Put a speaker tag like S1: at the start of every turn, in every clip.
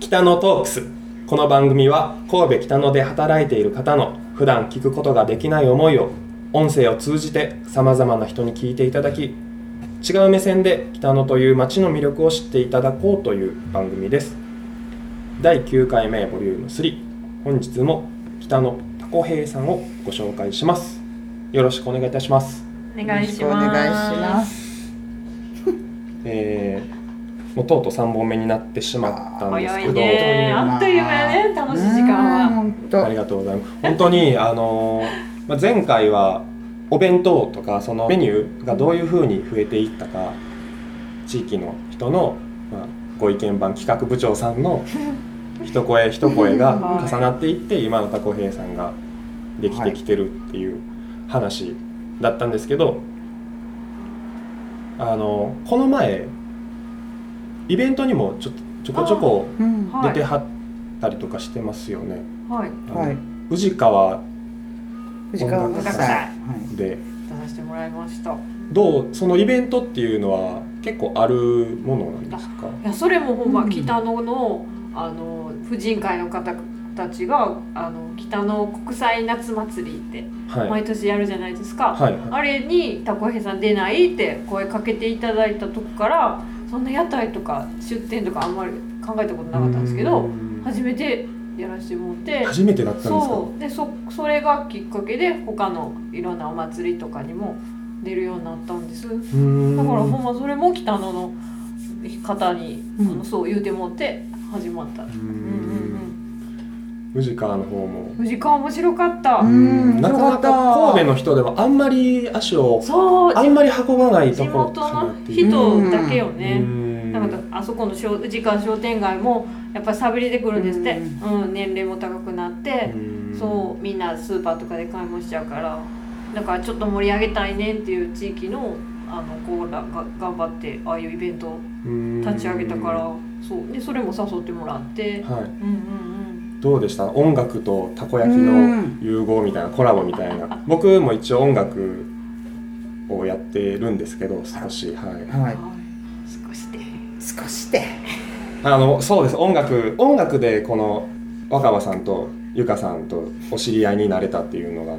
S1: 北野トークスこの番組は神戸北野で働いている方の普段聞くことができない思いを音声を通じてさまざまな人に聞いていただき違う目線で北野という街の魅力を知っていただこうという番組です第9回目ボリューム3本日も北野タコヘイさんをご紹介しますよろしくお願いいたします
S2: お願いし
S3: よろ
S2: ます。。
S3: くお願いしますす。
S1: えーもうとうとう3本目になってしまったんです
S2: 早
S1: け
S2: い
S1: ど
S2: ね。あっという間やね。楽しい時間は。
S3: 本
S1: あり
S3: 当。
S1: がとうございます。本当にあのまあ前回はお弁当とかそのメニューがどういうふうに増えていったか、地域の人の、まあ、ご意見番企画部長さんの一声一声が重なっていって今のタコヘイさんができてきてるっていう話だったんですけど、あのこの前イベントにもちょっとちょこちょこ
S3: うん。は
S1: 出てはったりとかしてますよね。
S2: はい。
S3: い。
S1: 宇治川
S3: 藤川学
S2: 音楽祭
S3: 祭。はい。
S1: で
S2: 出させてもらいました。い
S1: どうそのイベントっていうのは結構あるものなんですか
S2: やそれもほんま
S3: うん
S2: 北野のあの婦人会の方たちがあの北野国際夏祭りって
S1: はいはい
S2: 毎年やるじゃないですか。
S1: はい
S2: あれにタコヘイさん出ないって声かけていただいたとこからそんな屋台とか出店とかあんまり考えたことなかったんですけ
S1: う
S2: ど
S1: ん
S2: 初めてやらせてもらって
S1: 初めてだったんですか
S2: そうでそそれがきっかけで他のいろんなお祭りとかにも出るようになったんですだか
S1: うーん
S2: らほんまそれも北野の方に、
S3: うん
S2: あのそう言うてもって始まった、うん
S1: うー
S2: うんん
S1: 宇治川の方も
S2: うん、時間面白かった、
S3: うん
S1: なかな
S3: よ
S1: か
S3: かった
S1: 神戸の人ではあんまり足を
S2: そう
S1: あんまり運ばないと
S2: 地
S1: こ
S2: 元
S1: かなっ
S2: の
S1: ていう
S2: 人だけよね、
S1: うん
S2: なんかあそこの商宇治川商店街もやっぱりさびれてくるんですって、うん年齢も高くなって、そうみんなスーパーとかで買い物しちゃうからだからちょっと盛り上げたいねんっていう地域のあの子らが頑張ってああいうイベントを
S1: うん
S2: 立ち上げたからそうでそれも誘ってもらって、
S1: はい
S2: うんうん
S1: どうでした音楽とたこ焼きの融合みたいなコラボみたいな僕も一応音楽をやってるんですけど少しはい
S2: うん、
S3: は
S2: はいい。、少しで
S3: 少しで。
S1: あのそうです音楽音楽でこの若葉さんとゆかさんとお知り合いになれたっていうのが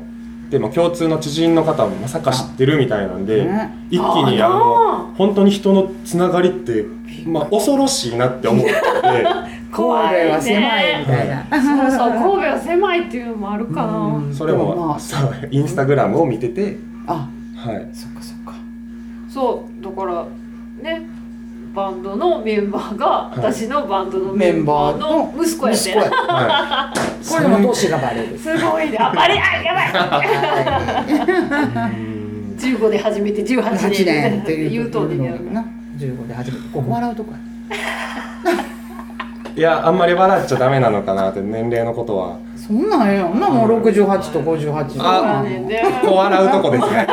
S1: でも共通の知人の方もまさか知ってるみたいなんで
S3: ね
S1: 一気にあ
S2: あ
S1: の
S2: の
S1: 本当に人のつながりって、まあ、恐ろしいなって 思って
S2: 怖い
S3: 神戸
S2: ね
S3: は狭いみたいな。
S2: そうそう神戸は狭いっていうのもあるかな、
S3: うん
S1: それ
S3: でもま
S1: も
S3: あ
S1: そうインスタグラムを見てて
S3: あ、
S1: はい
S3: そっかそっか。
S2: そうだからねバンドのメンバーが
S1: い
S2: 私のバンドのメ
S3: メ
S2: ン
S3: ン
S2: バ
S3: バ
S2: ー
S3: ー
S2: の
S3: の
S2: 息子やって
S3: 息子や
S1: は
S3: これも年がバレる。
S2: すごいねああれあやばい
S1: い うん
S2: 15で始めて18
S3: 8年
S2: 年
S3: という
S2: 言うとおりにやる
S3: な。15で初めてここ笑うとこや
S1: いやあんまり笑っちゃダメなのかなって年齢のこと は
S3: そんなんええやんなもう68と58
S2: そうだ
S3: とか
S2: ねで
S1: こう笑うとこ ですね。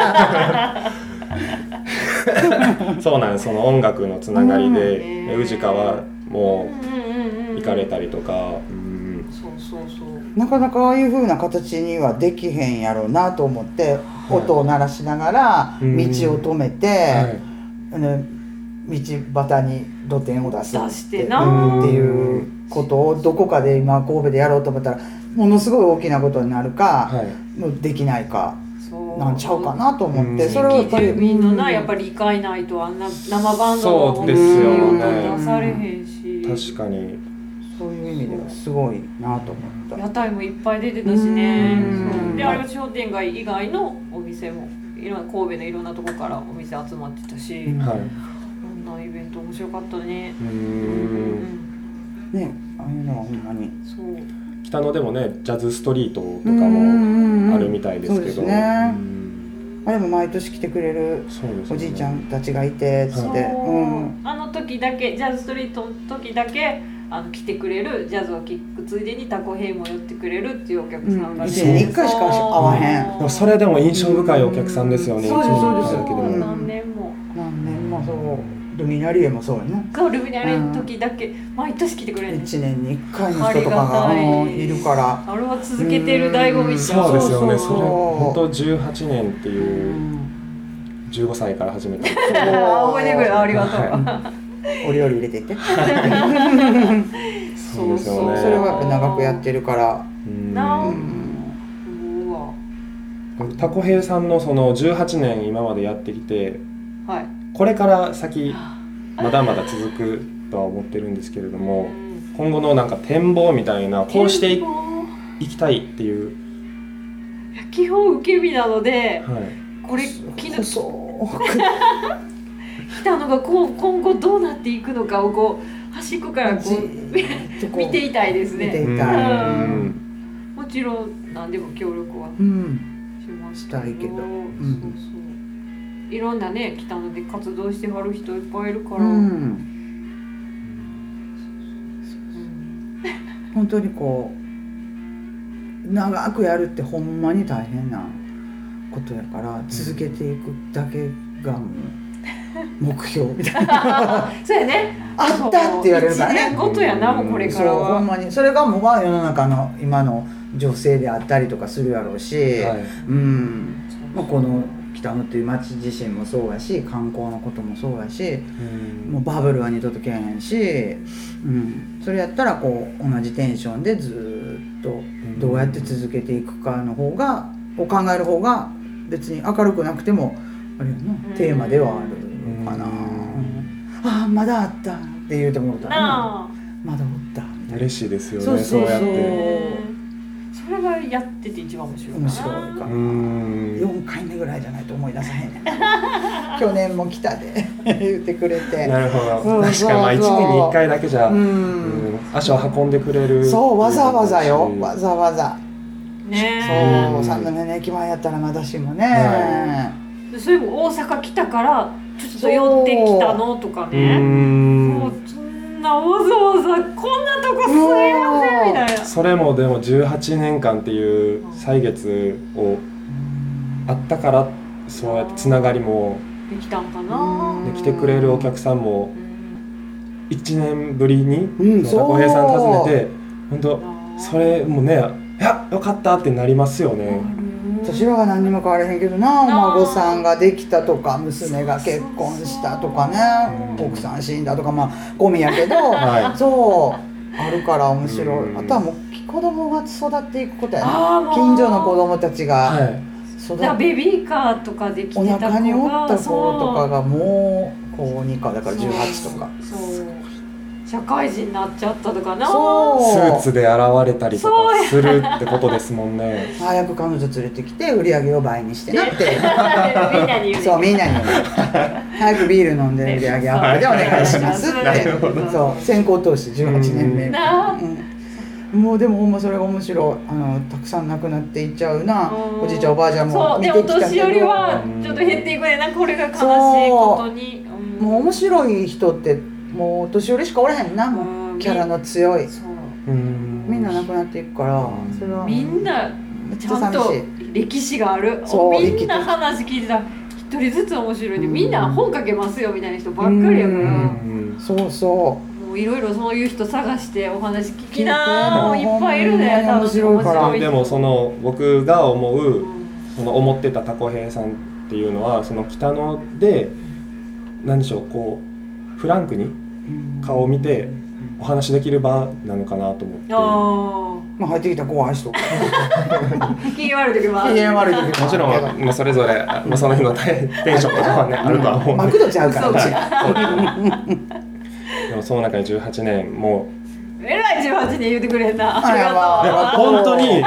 S1: そうなんです。その音楽のつながりで、
S2: うん
S1: で宇治川も
S2: うんうんうん
S1: 行かれたりとか、うん
S2: そうそうそう
S3: なかなかああいう風な形にはできへんやろうなと思って
S1: い
S3: 音を鳴らしながら道を
S1: うん
S3: 止めて、ね道端に露店を出す
S2: 出して
S3: って
S2: な
S1: うん
S3: っていうことをどこかで今神戸でやろうと思ったらものすごい大きなことになるか、
S1: はい。
S3: もうできないか
S2: そう
S3: なんちゃうかなと思っ
S1: う
S3: て
S1: ん
S3: それをやっぱり
S2: 地域住民のなやっぱり理解ないとあんな生バンドの
S1: そう
S2: 音
S1: ですよ
S3: ね
S2: 出されへんし
S1: 確かに。
S3: そういう意味ではすごいなと思った。
S2: 屋台もいっぱい出てたしね
S3: うん
S2: そうであれは商店街以外のお店もいろんな神戸のいろんなとこからお店集まってたし、
S3: うん
S1: はい。
S2: こんなイベント面白かったね
S1: う。
S2: うん
S3: ねああいうのはほんまに
S2: そう
S1: 北野でもね、ジャズストリートとか
S3: うん
S1: も
S3: うんうん
S1: あるみたいですけ
S3: そ
S1: ど。
S3: うですね
S1: うん
S3: あれも毎年来てくれる
S1: そうですね
S3: おじいちゃ。んたちがいてっつ
S2: そう
S3: って、うん、
S2: あの時だけジャズストリートの時だけあの来てくれるジャズを聴くついでにタコヘイも寄ってくれるっていうお客さんがいて、
S1: うん一年に
S3: 一回しか会わへん
S1: でもそれでも印象深いお客さんですよね。
S3: うん
S1: 一
S3: そう
S1: 年
S3: で
S1: に一
S3: すそ
S1: 回だ
S3: うで
S1: け
S3: す
S1: でも
S3: うん
S2: 何年も
S3: 何年もそうルミナリエもそうやな
S2: ゴルフであれの時だけ毎年来てくれるんです
S3: 1年に1回の人とかが
S2: ありがたい
S3: うんいるから、
S2: あれは続けてる醍醐味じゃん
S1: そうですよね。そ
S2: そうそう
S1: れ
S2: そう
S1: 本当18年って
S3: う
S1: いう。
S3: ん、
S1: 15歳から始めた。
S2: あ覚えてくれありがとう、
S1: は
S3: お料理入れていって
S2: そう
S3: くやってるから、
S1: うん
S2: な
S3: う
S2: あ
S3: ん、
S2: うわ
S1: タコヘイさんのその18年今までやってきて
S2: はい
S1: これから先まだまだ続くとは思ってるんですけれども
S2: うん
S1: 今後のなんか展望みたいなこうしてい
S2: 健康
S1: いきたいっていう、
S2: いや基本受け身なので
S1: はい、
S2: これきの
S3: 細
S2: 来たのがこう今後どうなっていくのかをこう端っこからこう
S3: く
S2: 見ていたいです
S3: 見て
S2: ね
S3: いたい
S1: うん
S2: もちろん何でも協力は
S3: うん、
S2: しまし
S3: したいけど
S2: そうそういろんなね北野で活動してはる人いっぱいいるから、
S3: う
S2: うん
S3: ん、本当にこう長くやるってほんまに大変なことやから続けていくだけがもう目標 みたいな
S2: そうやね
S3: あったって言われるから
S2: 1
S3: ね
S2: 年ごとやなもうこれ
S3: そ
S2: か
S3: う
S2: ら
S3: ほ
S2: は
S3: んまにそれがもう世の中の今の女性であったりとかするやろうし、
S1: はい
S3: うんまあ、この北野っていう町自身もそうやし観光のこともそうやしもうバブルは二度とけえへんし、うん、それやったらこう同じテンションでずーっとどうやって続けていくかの方がを考える方が別に明るくなくてもあれや
S2: うん
S3: なテーマではあるかな、
S1: う
S3: ああまだあったって言うてもらったらな
S2: なあ
S3: まだおったみたいな
S1: 嬉しいですよねそ
S3: そううそうそう
S1: やっ
S3: うん
S1: て
S2: うんそれがやってて一番面白いかな
S3: 面白いか
S1: うん
S3: ら。4回目ぐらいじゃないと思い出さへん去年も来たで 言ってくれて
S1: なるほど
S3: そうそう
S1: 確かにまあ1年に1回だけじゃ、
S3: う
S1: うんん足を運んでくれる
S3: そうわざわざ
S1: う
S3: よ
S1: ん
S3: わざわざ
S2: ね
S3: そう三宮の駅前やったらまだしもね、
S1: は
S2: えでそれも大阪来たからちょっと寄ってきたのとか
S1: う
S2: ねもうんそんなわざわざこんなとこすいませんみたいな
S1: それもでも18年間っていう歳月をあったからそうやってつながりも
S2: できたんか
S3: う
S2: な
S1: で来てくれるお客さんも
S2: うん
S1: 1年ぶりに
S3: うん
S1: その
S3: そ
S1: 小
S3: う
S1: 平さん訪ねて本当
S2: なあ
S1: それもねいやよかったってなりますよね、
S3: 年は何にも変わらへんけどなお
S2: なあ
S3: 孫さんができたとか娘が結婚したとかね
S1: うん
S3: 奥さん死んだとかまあゴミやけど、
S1: はい
S3: そうあるから面白
S1: う
S3: い
S1: ん
S3: あとはもう子供が育っていくことや
S2: あー
S3: な
S2: もう
S3: 近所の子供たち
S1: は
S3: が
S1: い
S3: 育
S2: だ
S3: っ
S2: からベビーカーとかできてた
S3: お
S2: 子が
S3: 腹におった子とか
S2: そう
S3: がもう高2かだから18とか
S2: そう社会人になっちゃったとかな
S1: スー
S3: そう
S1: ツで現れたりとかするってことですもんね。
S3: 早く彼女連れてきて売り上げを倍にしてなって
S2: みんなに言うね
S3: そうみんなに 早くビール飲んで売り上げアップでお願いしますっ
S2: なるほ
S3: て
S2: ど
S3: そう先行投資18年目
S2: なあ
S3: うんもうでもほんまそれが面白いあのたくさん亡くなっていっちゃうな
S2: うん
S3: おじいちゃんおばあちゃん
S2: そ
S3: も
S2: う
S3: 見
S2: で
S3: て
S2: お
S3: きた
S2: 年
S3: け
S2: 寄り
S3: ど
S2: はちょっと減っていくねんなこれが悲しいことにうん
S3: もう面白い人ってもうお年寄りしかおらへんな
S2: うん
S3: キャラの強い
S2: そう
S1: み
S3: みんな亡くなっていくからそれは
S2: みんな
S3: めっ
S2: ち
S3: ちゃ
S2: ゃん
S3: 寂
S2: と
S3: しい
S2: 歴史がある
S3: そう
S2: みんな話聞いてた一人ずつ面白いで
S3: うん
S2: みんな本書けますよみたいな人ばっかりやか
S3: う
S2: ら
S3: そうそう
S2: もういろいろそういう人探してお話聞き
S3: 聞いて
S2: なもういっぱいいるね
S3: もう面白いか
S2: 多
S3: ら
S2: 分面白
S1: でもその僕が思
S2: う
S1: うんその思ってたタコ兵さんっていうのはその北野で何でしょうこうフランクに顔を見てお話できる場なのかなと思っても
S2: あ
S3: まあ入ってきた怖い人 機
S2: あ機嫌悪い時もある
S3: 嫌悪い時も
S1: ちろ
S3: ある
S1: んもうそれぞれまあその日のテテンションとかはねあるとは
S3: けど
S1: 思うん
S3: マ
S1: で
S3: クドちゃうからうち
S1: でもその中で18年も
S2: えらい18人言うてくれんな
S3: あ
S2: あり
S3: やばい
S2: が
S1: う本当に。
S2: とう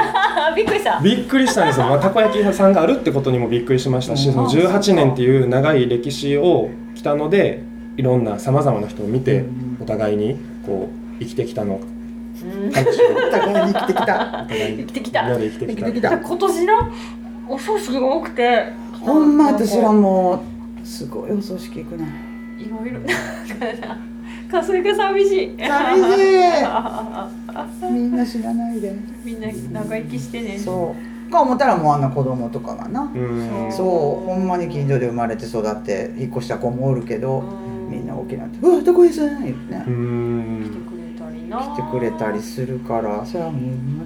S2: びっくりした
S1: びっくりしたんですよ、まあ、たこ焼き屋さんがあるってことにもびっくりしましたし、
S3: うん
S1: その18年っていう長い歴史を北野でいろんなさまざまな人を見て、
S3: うん
S1: お互いにこう生きてきたのか
S2: うん
S1: お
S3: お互いに生きてきた
S1: 互い
S2: 生
S1: に
S2: きて
S1: み
S2: き
S1: んな
S2: た
S1: で生きて
S3: 生
S1: き
S3: き
S1: た
S3: てきた
S2: 今年のお葬式が多くて
S3: ほんま私はもうすごいお葬式行くない
S2: ろいろなんかそれが寂しい
S3: 寂しいみんな知らないで
S2: みんな長生きしてね
S3: そうか思ったらもうあんな子供とかがな
S1: うーん
S2: そ
S3: そうほんまに近所で生まれて育って引っ越した子もおるけどみんな大
S2: 起
S3: きなって「うわどこへさん!」言ってね
S1: うー
S2: き
S1: ん
S2: てくれたりな
S3: 来てくれたりするからそれはもう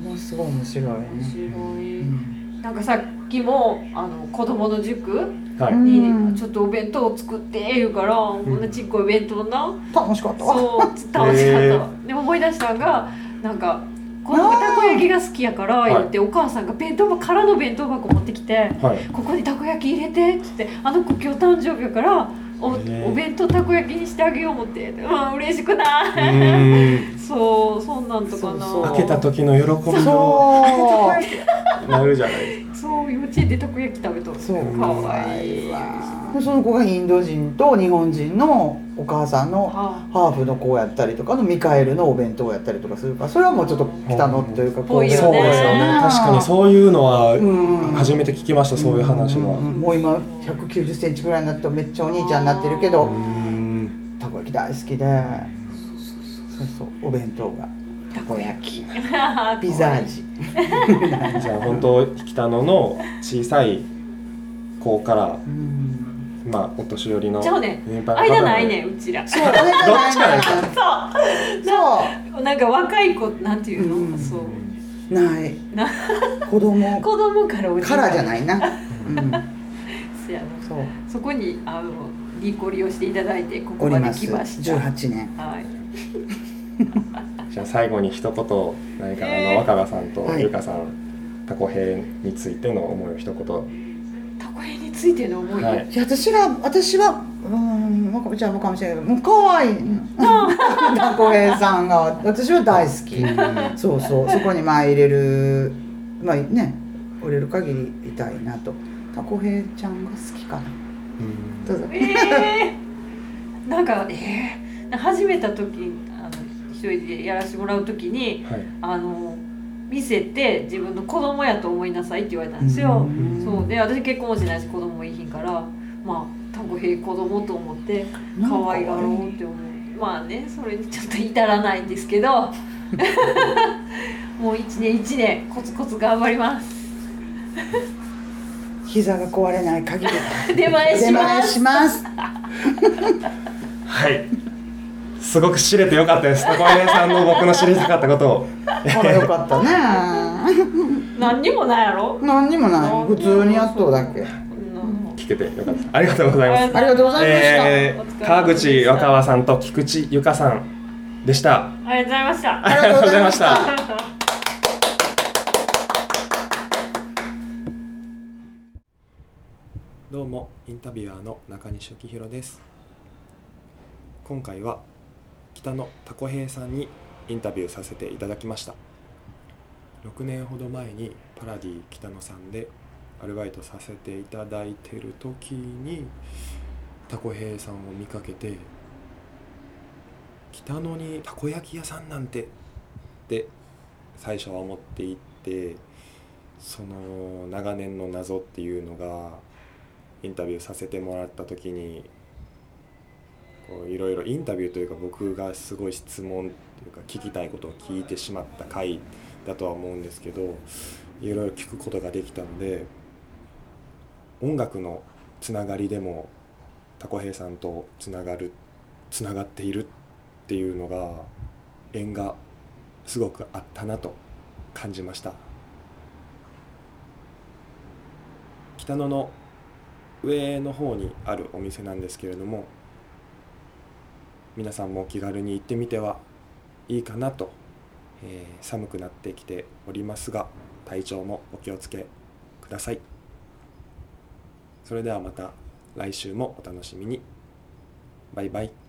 S3: ものすごい面白いね
S2: 面白
S3: う
S2: い
S3: ん
S2: なんかさっきもあの子供の塾
S1: はい
S3: うん
S2: にちょっとお弁当を作って言うから、こんなちっこいお弁当な
S3: 楽しかったわ
S2: そう楽しかった、で思い出したんがなんか子供がたこ焼きが好きやから言って、お母さんが弁当箱空の弁当箱持ってきて
S1: はい
S2: 「ここにたこ焼き入れて」っつって「あの子今日誕生日やからお
S1: へえ
S2: お弁当たこ焼きにしてあげよう」思ってうわ嬉しく
S1: う
S2: ない
S1: ーん
S2: そうそんなんとかな
S3: そうそう
S1: 開けた時の喜びを
S3: そ
S1: なるじゃないですか
S2: そう幼稚園でたこ焼き食べとる
S3: そう
S2: かわいい
S3: う でその子がインド人と日本人のお母さんの
S2: あ
S3: ハーフの子やったりとかのミカエルのお弁当やったりとかするからそれはもうちょっと北のというかこ
S2: ぽいよね
S1: そうですよね確かにそういうのは
S3: うん
S1: 初めて聞きましたそういう話
S3: も
S1: は
S3: もう今1 9 0ンチぐらいになってめっちゃお兄ちゃんになってるけど
S1: うーん
S3: たこ焼き大好きでそうそうお弁当がたこ焼きピザ味
S1: じゃあ本当北野の小さい子から
S3: うん
S1: まあお年寄りの
S2: じゃあね
S1: 年配の方まで
S2: 間ないねんうちら
S3: そうあれじゃないなそ
S2: なんか若い子なんていうの、
S3: うん
S2: そう
S3: うない
S2: な
S3: 子 供
S2: 子供からお
S3: からじゃないいな うん
S2: そやな
S3: そう
S2: そこにあのリコリをしていただいてここ
S3: おり
S2: ま
S3: ま
S2: です来ました。
S3: 18年
S2: はい。
S1: じゃあ最後に一言何かあの若葉さんと
S3: はい
S1: ゆかさんタコ兵についての思いを一言
S2: たこ焼きについての思い。
S1: はい
S3: いや私ら私はうん若葉ちゃんもかもしれないけどもう可愛いたこへいさんが私は大好きそうそうそこにまあ入れるまあね折れる限りいたいなとたこへいちゃんが好きかな
S1: うん
S3: どうぞ
S2: ええー。なんかええー。始めた時あの一人でやらせてもらう時に
S1: はい
S2: あの見せて自分の子供やと思いなさいって言われたんですよ。
S3: ん
S2: そうで私結婚もしないし子供もいいひんからまあたこへい子供と思って可愛がろうって思うまあねそれにちょっと至らないんですけ どもう一年一年コツコツ頑張ります
S3: 膝が壊れない限り
S2: 出前しま
S3: 前
S2: す
S3: します
S1: はいすごく知れてよかったですタコ兵さんの僕の知りたかったことを
S3: ほらよかっ たね
S2: 何にもないやろ、
S3: 何にもない普通にやっとうだけ
S2: うん
S1: 聞けてよかったありがとうございます
S3: ありがとうございました、
S1: え
S2: お疲
S1: ー、
S2: れ様でした
S1: 川口若葉さんと菊池由香さんでした
S2: ありがとうございました
S1: ありがとうございましたどうもインタビュアーの中西幸宏です今回は北野タコヘイさんにインタビューさせていただきました6年ほど前にパラディ北野さんでアルバイトさせていただいてる時にタコヘイさんを見かけて北野にたこ焼き屋さんなんてって最初は思っていってその長年の謎っていうのがインタビューさせてもらった時にこういろいろインタビューというか僕がすごい質問というか聞きたいことを聞いてしまった回だとは思うんですけどいろいろ聞くことができたので音楽のつながりでもタコヘイさんとつながるつながっているっていうのが縁がすごくあったなと感じました北野の上の方にあるお店なんですけれども皆さんも気軽に行ってみてはいいかなと、えー寒くなってきておりますが体調もお気をつけくださいそれではまた来週もお楽しみにバイバイ